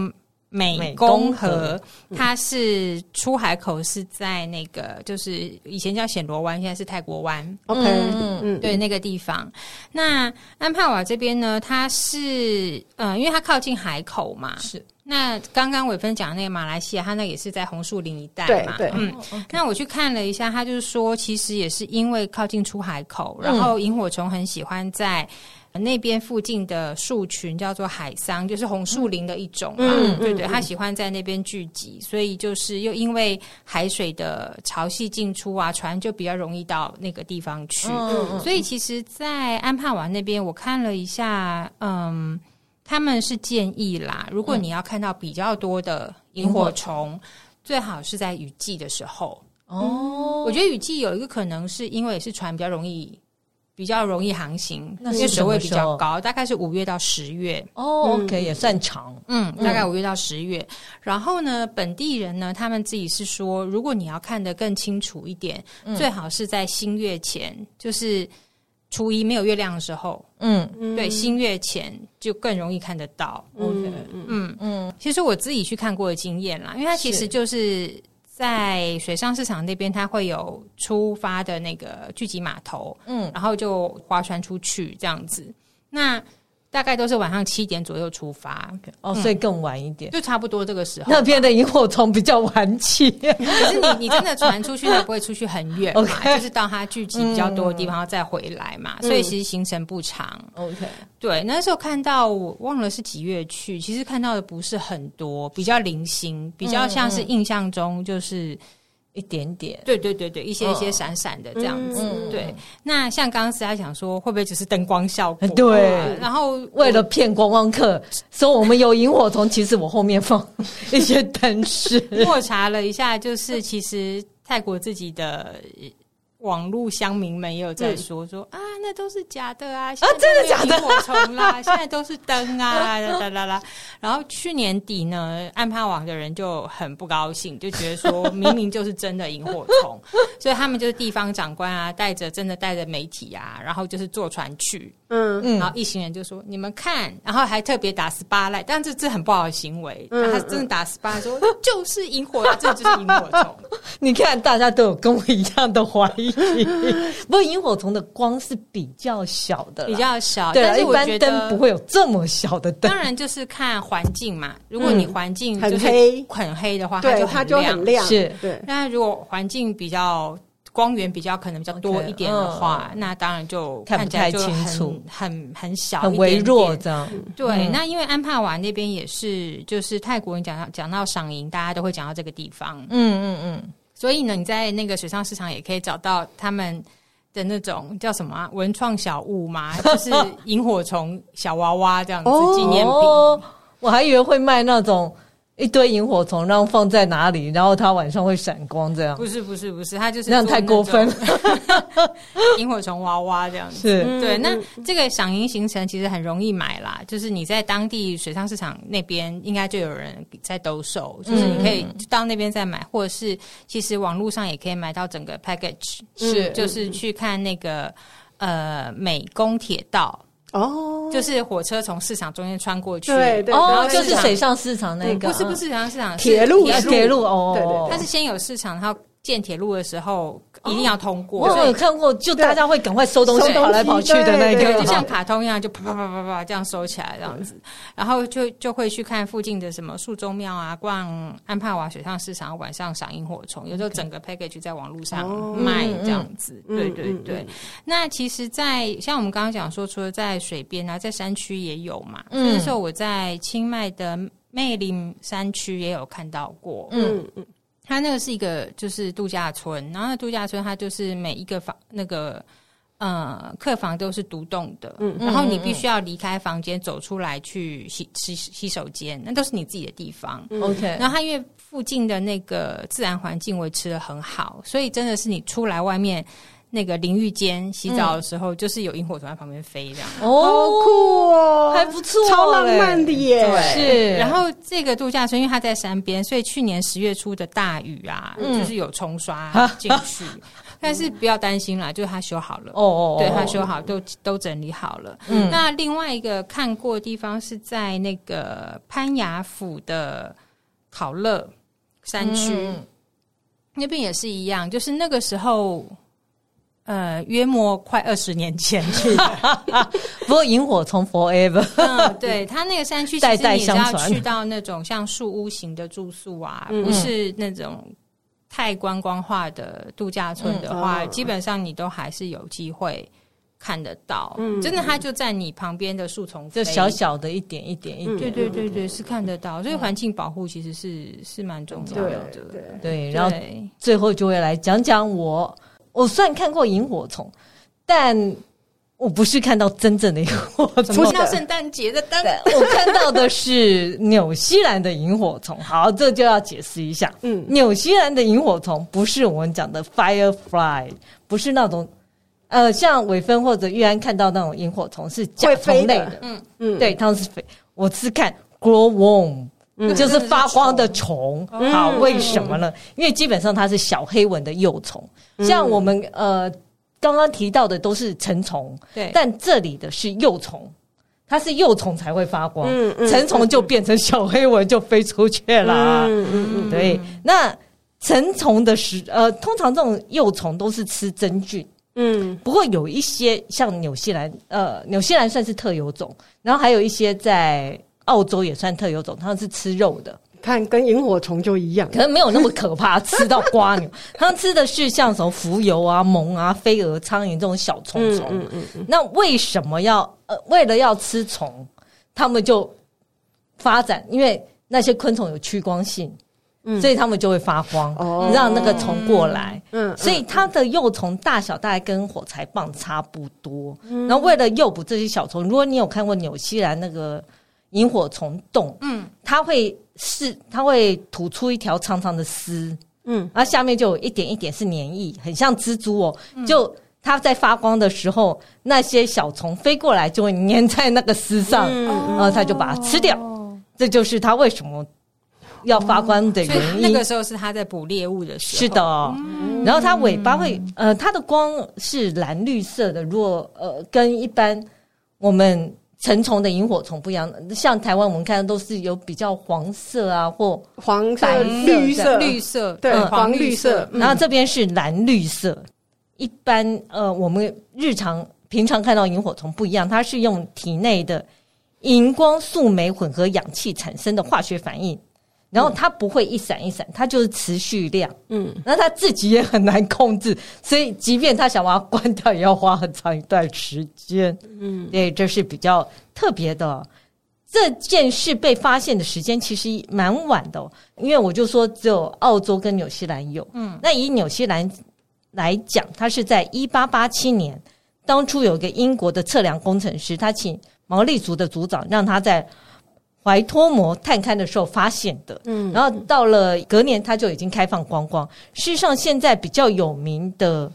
Speaker 3: 美
Speaker 1: 美嗯
Speaker 3: 公
Speaker 1: 公
Speaker 3: 河
Speaker 1: 河，
Speaker 3: 它是出海口是在那个就是以前叫暹罗湾，现在是泰国湾。
Speaker 2: OK，
Speaker 1: 嗯
Speaker 2: 嗯，
Speaker 3: 对那个地方。那安帕瓦这边呢，它是呃，因为它靠近海口嘛。
Speaker 1: 是
Speaker 3: 那刚刚伟芬讲的那个马来西亚，它那也是在红树林一带
Speaker 2: 对
Speaker 3: 嘛。
Speaker 2: 对
Speaker 3: 嗯。那我去看了一下，它就是说，其实也是因为靠近出海口，然后
Speaker 2: 嗯
Speaker 3: 萤火虫很喜欢在。那边附近的树群叫做海桑，就是红树林的一种嘛，
Speaker 2: 嗯
Speaker 3: 对对，
Speaker 2: 嗯
Speaker 3: 它喜欢在那边聚集，所以就是又因为海水的潮汐进出啊，船就比较容易到那个地方去。
Speaker 2: 哦
Speaker 1: 嗯，
Speaker 3: 所以其实，在安帕瓦那边，我看了一下，嗯，他们是建议啦，
Speaker 1: 嗯
Speaker 3: 如果你要看到比较多的萤火虫，最好是在雨季的时候。
Speaker 1: 哦，
Speaker 3: 我觉得雨季有一个可能是因为是船比较容易。比较容易航行，
Speaker 1: 那是
Speaker 3: 因为水位比
Speaker 1: 什么时
Speaker 3: 较
Speaker 1: 候
Speaker 3: 高，大概是五月到十月，
Speaker 1: 哦，OK，也算长，
Speaker 3: 嗯，大概五月到十月。然后呢，本地人呢，他们自己是说，如果你要看得更清楚一点，
Speaker 1: 嗯
Speaker 3: 最好是在新月前，就是初一没有月亮的时候，
Speaker 1: 嗯
Speaker 3: 对，新月前就更容易看得到。
Speaker 1: ，OK，
Speaker 3: 嗯，
Speaker 1: 嗯，
Speaker 3: 其实我自己去看过的经验啦，因为它其实
Speaker 1: 是
Speaker 3: 就是在水上市场那边，它会有出发的那个聚集码头，嗯
Speaker 1: 嗯，
Speaker 3: 然后就划船出去这样子。那大概都是晚上七点左右出发，
Speaker 1: 哦，所以更晚一点。
Speaker 3: 就差不多这个时候。
Speaker 1: 那边的萤火虫比较晚起，
Speaker 3: 可是 你你真的船出去，它不会出去很远嘛
Speaker 1: OK 嗯
Speaker 3: 就是到它聚集比较多的地方，然后再回来嘛。所以其实行程不长。
Speaker 1: OK，
Speaker 3: 对，那时候看到我忘了是几月去，其实看到的不是很多，比较零星，比
Speaker 1: 嗯
Speaker 3: 较像是印象中就是、
Speaker 1: 一点点，
Speaker 3: 对对对对，一些
Speaker 1: 嗯
Speaker 3: 一些闪闪的这样子。
Speaker 1: 嗯嗯
Speaker 3: 对，那像刚刚是他讲说，会不会只是灯光效果？
Speaker 1: 对
Speaker 3: 啊然后我
Speaker 1: 为了骗观光客，说我们有萤火虫，其实我后面放一些灯饰。
Speaker 3: 我查了一下，就是其实泰国自己的呃网络乡民们也有在说、说啊，那都是假的啊，现在
Speaker 1: 真的
Speaker 3: 都没有
Speaker 1: 假的
Speaker 3: 萤火虫啦， 现在都是灯啊，啦啦啦啦。然后去年底呢，安帕网的人就很不高兴，就觉得说明明就是真的萤火虫，所以他们就是地方长官啊，带着真的带着媒体啊，然后就是坐船去，
Speaker 2: 嗯，
Speaker 1: 嗯
Speaker 3: 然后一行人就说：“你们看。”然后还特别打 SPA 来，但这这很不好的行为。
Speaker 2: 嗯
Speaker 3: 然后他真的打 SPA 说：“ 就是萤火，这就是萤火虫。
Speaker 1: 你看，大家都有跟我一样的怀疑。 不过萤火虫的光是比较小”的啦，
Speaker 3: 比较小，
Speaker 1: 对
Speaker 3: 但
Speaker 1: 啦，
Speaker 3: 是
Speaker 1: 一
Speaker 3: 我
Speaker 1: 般
Speaker 3: 觉
Speaker 1: 灯不
Speaker 3: 得。
Speaker 1: 会有这么小的灯
Speaker 3: 当。然就是看环境嘛，如果你环境
Speaker 2: 很
Speaker 3: 就是
Speaker 2: 黑
Speaker 3: 很黑的话，
Speaker 2: 对，
Speaker 3: 它
Speaker 2: 它
Speaker 3: 就
Speaker 2: 就
Speaker 3: 很
Speaker 2: 很亮，
Speaker 1: 是
Speaker 2: 对，
Speaker 3: 那如果环境比较光源比较可能比较多
Speaker 1: OK，嗯
Speaker 3: 一点的话那当然就
Speaker 1: 看不
Speaker 3: 起来
Speaker 1: 太
Speaker 3: 就
Speaker 1: 清
Speaker 3: 很
Speaker 1: 楚
Speaker 3: 很很小，
Speaker 1: 很微弱，这样。嗯
Speaker 3: 对，那因为安帕瓦那边也是，就是泰国人讲到讲到赏银，大家都会讲到这个地方，
Speaker 1: 嗯嗯嗯，
Speaker 3: 所以呢，你在那个水上市场也可以找到他们的那种叫什么啊、文创小物嘛， 就是萤火虫小娃娃这样子纪念品。
Speaker 1: 哦，我还以为会卖那种一堆萤火虫，然后放在哪里，然后它晚上会闪光这样。
Speaker 3: 不是不是不是，它就是
Speaker 1: 那样
Speaker 3: 做
Speaker 1: 太过
Speaker 3: 种
Speaker 1: 分了，
Speaker 3: 萤火虫娃娃这样子。
Speaker 1: 是
Speaker 2: 嗯
Speaker 3: 对，那这个赏萤行程其实很容易买啦，就是你在当地水上市场那边应该就有人在兜售，
Speaker 1: 嗯
Speaker 3: 就是你可以到那边再买，或者是其实网络上也可以买到整个 package，
Speaker 1: 是
Speaker 3: 就是去看那个呃美工铁道，
Speaker 2: 哦，
Speaker 3: 就是火车从市场中间穿过去，
Speaker 2: 对对
Speaker 1: 哦，
Speaker 2: 然后
Speaker 1: 就是
Speaker 2: 市场
Speaker 1: 水上市场那个，
Speaker 3: 不是不
Speaker 1: 是
Speaker 3: 是水上市场，是
Speaker 2: 铁路
Speaker 1: 铁
Speaker 2: 是
Speaker 1: 铁路哦，
Speaker 2: 对对对
Speaker 3: 它是先有市场，然后建铁路的时候一定要通过，
Speaker 2: 哦
Speaker 1: 我
Speaker 3: 所以
Speaker 1: 有看过，就大家会赶快收东西
Speaker 2: 收东西
Speaker 1: 跑来跑去的那
Speaker 2: 对
Speaker 1: 个，
Speaker 3: 对，就像卡通一样，就啪啪啪啪啪这样收起来这样子，然后就就会去看附近的什么树州庙啊，逛安帕瓦水上市场，晚上赏萤火虫，有时候整个 package 在网络上
Speaker 2: 哦
Speaker 3: 卖
Speaker 1: 嗯嗯
Speaker 3: 这样子，
Speaker 2: 嗯
Speaker 3: 对对
Speaker 2: 嗯
Speaker 3: 对
Speaker 2: 嗯。
Speaker 3: 那其实在，像我们刚刚讲说，除了在水边啊，在山区也有嘛。
Speaker 1: 嗯
Speaker 3: 那时候我在清迈的魅林山区也有看到过，
Speaker 1: 嗯，
Speaker 2: 嗯嗯
Speaker 3: 它那个是一个就是度假村，然后那度假村它就是每一个房那个呃客房都是独栋的，
Speaker 2: 嗯
Speaker 3: 然后你必须要离开房间走出来去洗洗洗手间，那都是你自己的地方。
Speaker 2: 嗯
Speaker 1: OK，
Speaker 3: 然后它因为附近的那个自然环境维持的很好，所以真的是你出来外面那个淋浴间洗澡的时候，就是有萤火虫在旁边飞这样。
Speaker 2: 好
Speaker 1: 哦，
Speaker 2: 酷哦，
Speaker 1: 还不错，
Speaker 2: 超浪漫的耶，
Speaker 1: 哎，是，
Speaker 3: 然后这个度假村因为它在山边，所以去年十月初的大雨啊，就是有冲刷进去，但是不要担心啦，就是它修好了。
Speaker 1: 哦哦，哦
Speaker 3: 对，它修好，都都整理好了。
Speaker 1: 嗯
Speaker 3: 那另外一个看过的地方是在那个攀雅府的考勒山区，
Speaker 1: 嗯
Speaker 3: 那边也是一样，就是那个时候，呃，约莫快二十年前去的，
Speaker 1: 不过萤火虫 forever，
Speaker 3: 嗯，对，它那个山区其
Speaker 1: 代
Speaker 3: 实
Speaker 1: 代
Speaker 3: 你只
Speaker 1: 相
Speaker 3: 要
Speaker 1: 传
Speaker 3: 去到那种像树屋型的住宿啊，
Speaker 2: 嗯
Speaker 3: 不是那种太观光化的度假村的话，
Speaker 2: 嗯哦
Speaker 3: 基本上你都还是有机会看得到。
Speaker 2: 嗯
Speaker 3: 真的，它就在你旁边的树丛
Speaker 1: 就
Speaker 3: 飞
Speaker 1: 小。小的一点一点一点，
Speaker 3: 对对对
Speaker 2: 嗯
Speaker 3: 对，是看得到，所以环境保护其实是是蛮重要
Speaker 2: 对
Speaker 3: 的。
Speaker 2: 对，
Speaker 1: 对，
Speaker 3: 对
Speaker 1: 然后最后就会来讲讲我，我虽然看过萤火虫，但我不是看到真正的萤火虫，
Speaker 3: 不像圣诞节的灯，
Speaker 1: 我看到的是纽西兰的萤火虫。好，这就要解释一下，
Speaker 2: 嗯
Speaker 1: 纽西兰的萤火虫不是我们讲的 firefly，不是那种。呃，像伟芬或者玉安看到那种萤火虫是甲
Speaker 2: 会
Speaker 1: 虫
Speaker 2: 飞
Speaker 1: 类
Speaker 2: 的
Speaker 1: 的，
Speaker 2: 嗯，
Speaker 1: 对，它是飞。我是看 glowworm，、
Speaker 2: 嗯
Speaker 1: 就是发光的虫。
Speaker 3: 嗯
Speaker 1: 好，
Speaker 2: 嗯
Speaker 1: 为什么呢？因为基本上它是小黑蚊的幼虫，
Speaker 2: 嗯
Speaker 1: 像我们呃刚刚提到的都是成虫，
Speaker 2: 嗯
Speaker 3: 对，
Speaker 1: 但这里的是幼虫，它是幼虫才会发光，
Speaker 2: 嗯嗯
Speaker 1: 成虫就变成小黑蚊就飞出去啦。
Speaker 2: 嗯嗯嗯
Speaker 1: 对，那成虫的食呃，通常这种幼虫都是吃真菌。
Speaker 2: 嗯
Speaker 1: 不过有一些像纽西兰，呃，纽西兰算是特有种，然后还有一些在澳洲也算特有种，它们是吃肉的，
Speaker 2: 嗯，看跟萤火虫就一样，
Speaker 1: 可能没有那么可怕，吃到瓜 牛，它们吃的是像什么浮游啊、虻啊、飞蛾、苍蝇这种小虫虫。
Speaker 2: 嗯嗯嗯
Speaker 1: 那为什么要呃，为了要吃虫，他们就发展，因为那些昆虫有趋光性，
Speaker 2: 嗯
Speaker 1: 所以他们就会发光，
Speaker 2: 哦
Speaker 1: 让那个虫过来。
Speaker 2: 嗯，
Speaker 1: 所以它的幼虫大小大概跟火柴棒差不多。
Speaker 3: 嗯
Speaker 1: 然后为了诱捕这些小虫，如果你有看过纽西兰那个萤火虫洞，
Speaker 3: 嗯，
Speaker 1: 它会是它会吐出一条长长的丝，
Speaker 2: 嗯，
Speaker 1: 然后下面就有一点一点是粘液，很像蜘蛛哦，
Speaker 3: 嗯
Speaker 1: 就。它在发光的时候，那些小虫飞过来就会粘在那个丝上，
Speaker 3: 嗯
Speaker 2: 嗯
Speaker 1: 然后它就把它吃掉。
Speaker 3: 哦
Speaker 1: 这就是它为什么要发光的
Speaker 3: 所以
Speaker 1: 原因。
Speaker 3: 那个时候是他在捕猎物的时候。
Speaker 1: 是的，哦，
Speaker 2: 嗯
Speaker 1: 然后它尾巴会，呃，它的光是蓝绿色的，如果呃跟一般我们成虫的萤火虫不一样，像台湾我们看的都是有比较黄色啊或，
Speaker 2: 黄色、
Speaker 1: 白
Speaker 2: 绿
Speaker 1: 色这
Speaker 2: 色、
Speaker 3: 绿色，
Speaker 2: 对
Speaker 3: 嗯
Speaker 2: 黄绿色嗯
Speaker 1: 然后这边是蓝绿色。一般呃我们日常平常看到萤火虫不一样，它是用体内的荧光素酶混合氧气产生的化学反应。然后它不会一闪一闪，它就是持续亮。
Speaker 2: 嗯，
Speaker 1: 那他自己也很难控制，所以即便他想把它关掉，也要花很长一段时间。嗯，对，这是比较特别的。这件事被发现的时间其实蛮晚的、哦，因为我就说只有澳洲跟纽西兰有。嗯，那以纽西兰来讲，它是在一八八七年，当初有一个英国的测量工程师，他请毛利族的族长让他在怀托摩探勘的时候发现的。嗯，然后到了隔年，他就已经开放观光。事实上，现在比较有名的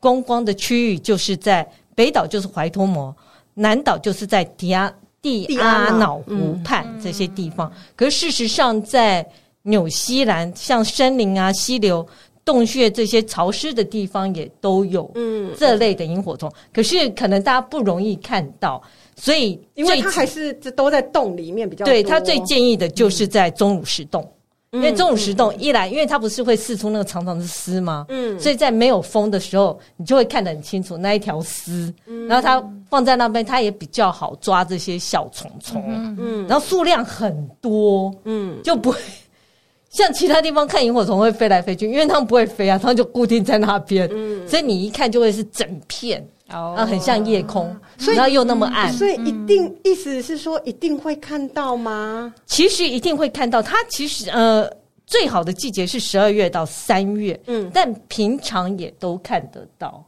Speaker 1: 观光的区域，就是在北岛，就是怀托摩；南岛就是在迪亚蒂
Speaker 2: 蒂
Speaker 1: 阿嗯
Speaker 2: 阿
Speaker 1: 瑙
Speaker 2: 瑙
Speaker 1: 湖畔这些地方。可是事实上，在纽西兰，像森林啊、溪流、洞穴这些潮湿的地方也都有
Speaker 2: 嗯，
Speaker 1: 这类的萤火虫。可是可能大家不容易看到，所以
Speaker 2: 因为它
Speaker 1: 最
Speaker 2: 还是这都在洞里面比较多。哦嗯
Speaker 1: 对他最建议的就是在钟乳石洞，因为钟乳石洞一来，因为它不是会四出那个长长的丝吗？
Speaker 2: 嗯
Speaker 1: 所以在没有风的时候，你就会看得很清楚那一条丝，
Speaker 2: 嗯
Speaker 1: 然后它放在那边，它也比较好抓这些小虫虫，啊
Speaker 2: 嗯
Speaker 1: 然后数量很多，
Speaker 2: 嗯
Speaker 1: 就不会像其他地方看萤火虫会飞来飞去，因为它们不会飞啊，它们就固定在那边，
Speaker 2: 嗯，
Speaker 1: 所以你一看就会是整片，然
Speaker 3: 哦
Speaker 1: 后呃很像夜空，
Speaker 2: 所以嗯
Speaker 1: 然后又那么暗，
Speaker 2: 所以一定、意思是说一定会看到吗？
Speaker 1: 其实一定会看到，它其实呃最好的季节是十二月到三月，
Speaker 2: 嗯
Speaker 1: 但平常也都看得到，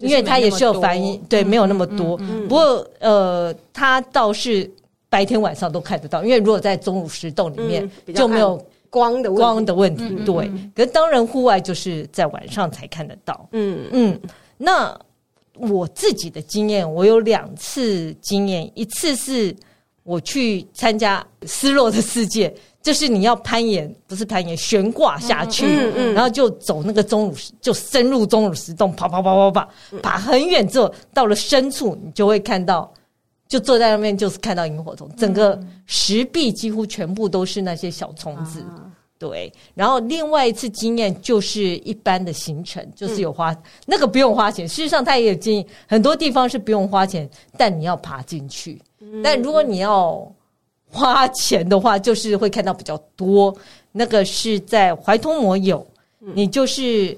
Speaker 3: 就是
Speaker 1: 因为它也是有反应
Speaker 3: 没那么，多
Speaker 1: 对，没有
Speaker 2: 嗯
Speaker 1: 那么多。不过呃，它倒是白天晚上都看得到，因为如果在钟乳石洞里面、
Speaker 2: 嗯比较
Speaker 1: 就没有
Speaker 2: 光的问题
Speaker 1: 光，的问题，对。可是当然户外就是在晚上才看得到，
Speaker 2: 嗯
Speaker 1: 嗯，那我自己的经验，我有两次经验，一次是我去参加失落的世界，就是你要攀岩，不是攀岩，悬挂下去，
Speaker 2: 嗯嗯
Speaker 1: 然后就走那个钟乳石，就深入钟乳石洞，爬爬爬爬爬，爬很远之后，到了深处，你就会看到。就坐在那边，就是看到萤火虫，整个石壁几乎全部都是那些小虫子。
Speaker 2: 啊
Speaker 1: 对，然后另外一次经验就是一般的行程，就是有花、那个不用花钱。事实上，他也有建议，很多地方是不用花钱，但你要爬进去。但如果你要花钱的话，就是会看到比较多。那个是在怀通摩有，你就是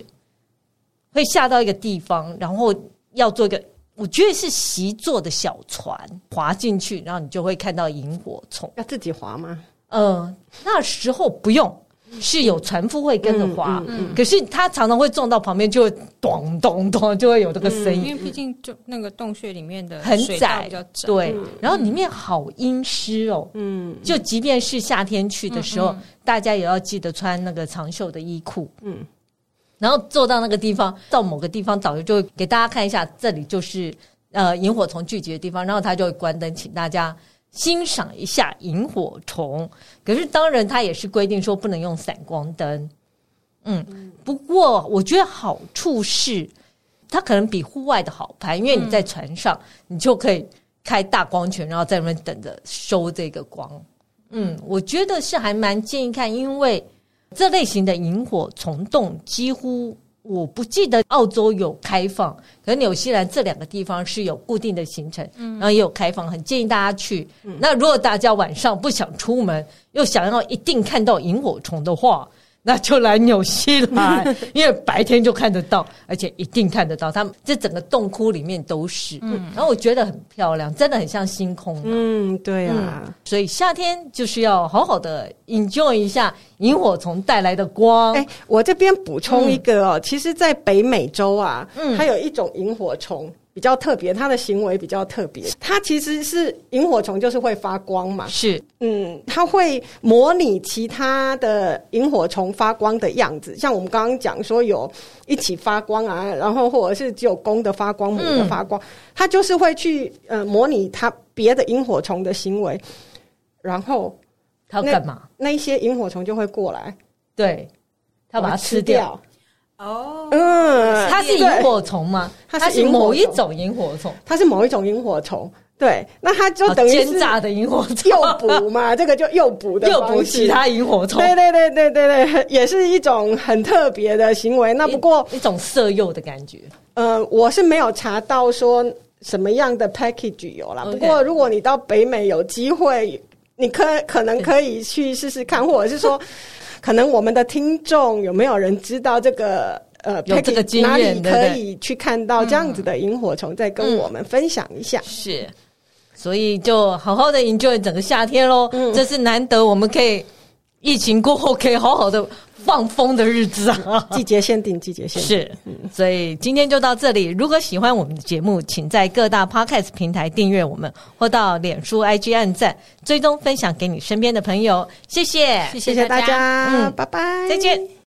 Speaker 1: 会下到一个地方，然后要做一个，我觉得是习作的小船划进去，然后你就会看到萤火虫。
Speaker 2: 要自己划吗？
Speaker 1: 呃，那时候不用，是有船夫会跟着划，可是他常常会撞到旁边，就会咚咚咚，就会有这个声
Speaker 3: 因
Speaker 1: 音，
Speaker 3: 为毕竟就那个洞穴里面的
Speaker 1: 很
Speaker 3: 水道
Speaker 1: 窄
Speaker 3: 比较，窄，
Speaker 1: 对。然后里面好阴湿哦，
Speaker 2: 嗯
Speaker 1: 就即便是夏天去的时候，大家也要记得穿那个长袖的衣裤。
Speaker 2: 嗯，
Speaker 1: 然后坐到那个地方，到某个地方，导游就会给大家看一下，这里就是呃萤火虫聚集的地方，然后他就会关灯，请大家欣赏一下萤火虫。可是当然，他也是规定说不能用闪光灯。嗯，不过我觉得好处是，它可能比户外的好拍，因为你在
Speaker 2: 嗯
Speaker 1: 船上，你就可以开大光圈，然后在那边等着收这个光。嗯，我觉得是还蛮建议看，因为这类型的萤火虫洞几乎我不记得澳洲有开放，可能纽西兰这两个地方是有固定的行程，然后也有开放，很建议大家去。那如果大家晚上不想出门，又想要一定看到萤火虫的话。那就来纽西兰，因为白天就看得到，而且一定看得到。他们这整个洞窟里面都是，然后我觉得很漂亮，真的很像星空啊、
Speaker 2: 嗯，对
Speaker 1: 嗯
Speaker 2: 啊。，
Speaker 1: 所以夏天就是要好好的 enjoy 一下萤火虫带来的光。
Speaker 2: 哎、我这边补充一个哦，其实，在北美洲啊，
Speaker 1: 嗯
Speaker 2: 它有一种萤火虫比较特别，它的行为比较特别。它其实是萤火虫，就是会发光嘛。
Speaker 1: 是，
Speaker 2: 嗯，它会模拟其他的萤火虫发光的样子，像我们刚刚讲说有一起发光啊，然后或者是只有公的发光、母的发
Speaker 1: 嗯
Speaker 2: 光，它就是会去呃模拟它别的萤火虫的行为，然后
Speaker 1: 它要干嘛？
Speaker 2: 那一些萤火虫就会过来，
Speaker 1: 对，它把它吃掉。。
Speaker 3: 哦，
Speaker 2: 嗯，
Speaker 1: 它是
Speaker 2: 对
Speaker 1: 萤火虫吗？
Speaker 2: 它是
Speaker 1: 它是
Speaker 2: 萤火虫
Speaker 1: 某一种萤火虫，
Speaker 2: 它是某一种萤火虫，对，那它就
Speaker 1: 好
Speaker 2: 等于
Speaker 1: 哦奸
Speaker 2: 是
Speaker 1: 诈的萤火虫，
Speaker 2: 诱 捕嘛，这个就诱捕的
Speaker 1: 诱
Speaker 2: 方
Speaker 1: 捕
Speaker 2: 式
Speaker 1: 其他萤火虫，
Speaker 2: 对对对对对对，也是一种很特别的行为。那不过，
Speaker 1: 一一种色诱的感觉。
Speaker 2: 呃，我是没有查到说什么样的 package 有啦。
Speaker 1: OK
Speaker 2: 不过，如果你到北美有机会，你可可能可以去试试看，或者 是说，可能我们的听众有没有人知道这个？呃，
Speaker 1: 有这个
Speaker 2: package
Speaker 1: 经验
Speaker 2: 哪里
Speaker 1: 对不对嗯
Speaker 2: 可以去看到这样子的萤火虫，再跟我们分享一下。
Speaker 1: 是，所以就好好的 enjoy 整个夏天喽。
Speaker 2: 嗯
Speaker 1: 这是难得我们可以疫情过后可以好好的放风的日子啊。
Speaker 2: 季节限定，季节限定。嗯
Speaker 1: 是，所以今天就到这里。如果喜欢我们的节目，请在各大 podcast 平台订阅我们，或到脸书、IG 按赞、追踪、分享给你身边的朋友。谢谢，
Speaker 3: 谢
Speaker 2: 谢谢大
Speaker 3: 大家
Speaker 2: 家，
Speaker 1: 嗯
Speaker 2: 拜拜，
Speaker 1: 再见。